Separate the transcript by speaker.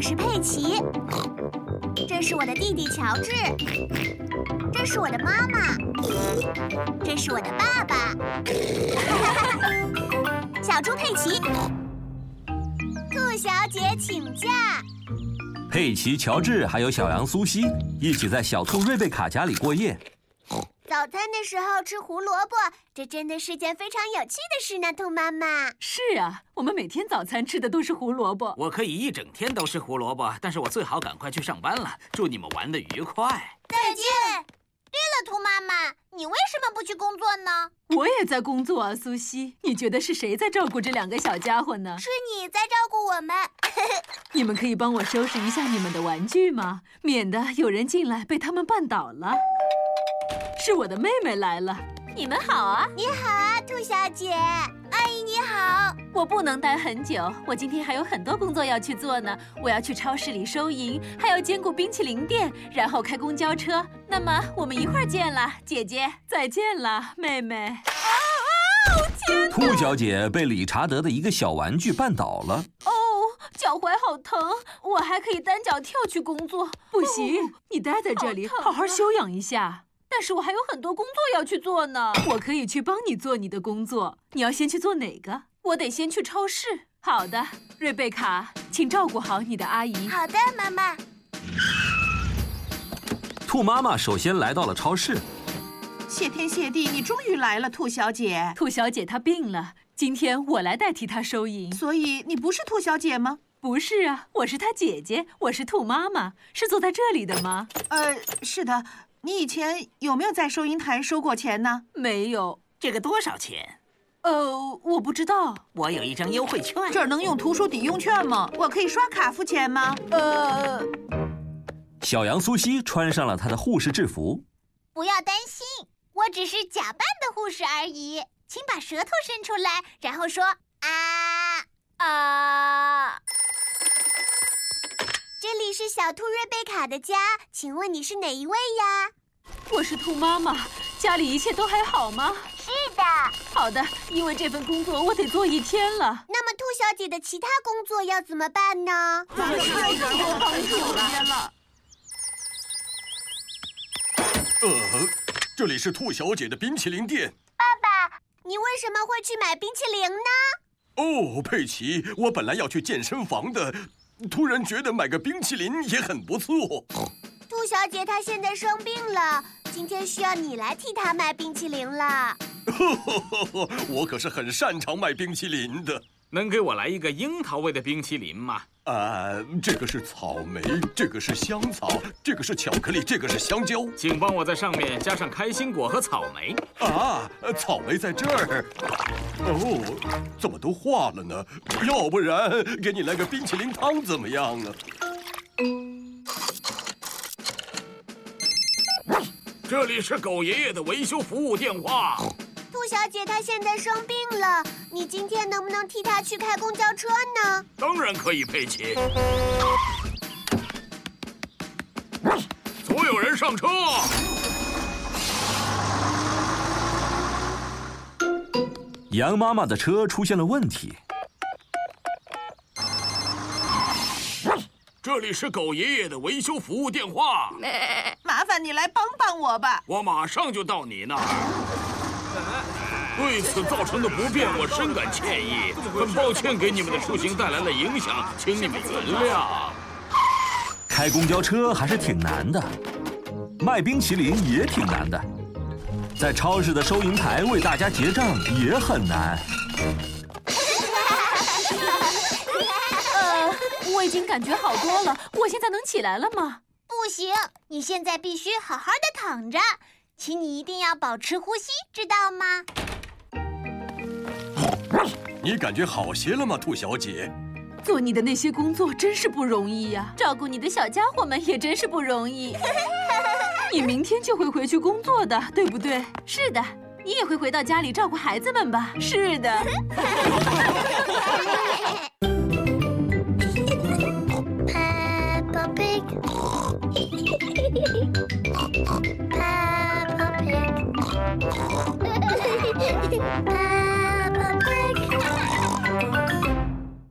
Speaker 1: 是佩奇，这是我的弟弟乔治，这是我的妈妈，这是我的爸爸。 小猪佩奇，兔小姐请假。
Speaker 2: 佩奇、乔治还有小羊苏西一起在小兔瑞贝卡家里过夜。
Speaker 1: 早餐的时候吃胡萝卜，这真的是件非常有趣的事呢，兔妈妈。
Speaker 3: 是啊，我们每天早餐吃的都是胡萝卜。
Speaker 4: 我可以一整天都吃胡萝卜，但是我最好赶快去上班了。祝你们玩的愉快。
Speaker 1: 再见。对了，兔妈妈，你为什么不去工作呢？
Speaker 3: 我也在工作啊，苏西。你觉得是谁在照顾这两个小家伙呢？
Speaker 1: 是你在照顾我们。
Speaker 3: 你们可以帮我收拾一下你们的玩具吗？免得有人进来被他们绊倒了。是我的妹妹来了，
Speaker 5: 你们好啊！
Speaker 1: 你好啊，兔小姐，阿姨你好。
Speaker 5: 我不能待很久，我今天还有很多工作要去做呢。我要去超市里收银，还要兼顾冰淇淋店，然后开公交车。那么我们一会儿见啦，姐姐，再见啦，妹妹。啊
Speaker 2: 啊！天兔小姐被理查德的一个小玩具绊倒了。
Speaker 5: 哦，脚踝好疼，我还可以单脚跳去工作。
Speaker 3: 不行，哦、你待在这里，好,啊、好好休养一下。
Speaker 5: 但是我还有很多工作要去做呢，
Speaker 3: 我可以去帮你做你的工作。你要先去做哪个？
Speaker 5: 我得先去超市。
Speaker 3: 好的，瑞贝卡，请照顾好你的阿姨。
Speaker 1: 好的，妈妈。
Speaker 2: 兔妈妈首先来到了超市。
Speaker 6: 谢天谢地，你终于来了，兔小姐。
Speaker 3: 兔小姐她病了，今天我来代替她收银。
Speaker 6: 所以你不是兔小姐吗？
Speaker 3: 不是啊，我是她姐姐，我是兔妈妈。是坐在这里的吗？
Speaker 6: 呃，是的。你以前有没有在收银台收过钱呢？
Speaker 3: 没有。
Speaker 4: 这个多少钱？
Speaker 3: 呃，我不知道。
Speaker 4: 我有一张优惠券。
Speaker 6: 这儿能用图书抵用券吗？我可以刷卡付钱吗？呃，
Speaker 2: 小羊苏西穿上了她的护士制服。
Speaker 1: 不要担心，我只是假扮的护士而已。请把舌头伸出来，然后说啊啊。这里是小兔瑞贝卡的家，请问你是哪一位呀？
Speaker 3: 我是兔妈妈，家里一切都还好吗？
Speaker 1: 是的。
Speaker 3: 好的，因为这份工作我得做一天了。
Speaker 1: 那么兔小姐的其他工作要怎么办呢？
Speaker 6: 我们太久很久了。
Speaker 7: 呃，这里是兔小姐的冰淇淋店。
Speaker 1: 爸爸，你为什么会去买冰淇淋呢？
Speaker 7: 哦，佩奇，我本来要去健身房的。突然觉得买个冰淇淋也很不错。
Speaker 1: 兔小姐她现在生病了，今天需要你来替她买冰淇淋了。
Speaker 7: 我可是很擅长卖冰淇淋的。
Speaker 4: 能给我来一个樱桃味的冰淇淋吗？
Speaker 7: 啊，这个是草莓，这个是香草，这个是巧克力，这个是香蕉。
Speaker 4: 请帮我在上面加上开心果和草莓。
Speaker 7: 啊，草莓在这儿。哦，怎么都化了呢？要不然给你来个冰淇淋汤怎么样啊？
Speaker 4: 这里是狗爷爷的维修服务电话。
Speaker 1: 兔小姐她现在生病了，你今天能不能替她去开公交车呢？
Speaker 4: 当然可以，佩奇。所有人上车！
Speaker 2: 羊妈妈的车出现了问题。
Speaker 4: 这里是狗爷爷的维修服务电话。
Speaker 6: 麻烦你来帮帮我吧。
Speaker 4: 我马上就到你那儿。对此造成的不便，我深感歉意，很抱歉给你们的出行带来了影响，请你们原谅。
Speaker 2: 开公交车还是挺难的，卖冰淇淋也挺难的，在超市的收银台为大家结账也很难。
Speaker 5: 呃，我已经感觉好多了，我现在能起来了吗？
Speaker 1: 不行，你现在必须好好的躺着。请你一定要保持呼吸，知道吗？
Speaker 7: 你感觉好些了吗，兔小姐？
Speaker 3: 做你的那些工作真是不容易呀、啊，
Speaker 5: 照顾你的小家伙们也真是不容易。
Speaker 3: 你明天就会回去工作的，对不对？
Speaker 5: 是的，你也会回到家里照顾孩子们吧？
Speaker 3: 是的。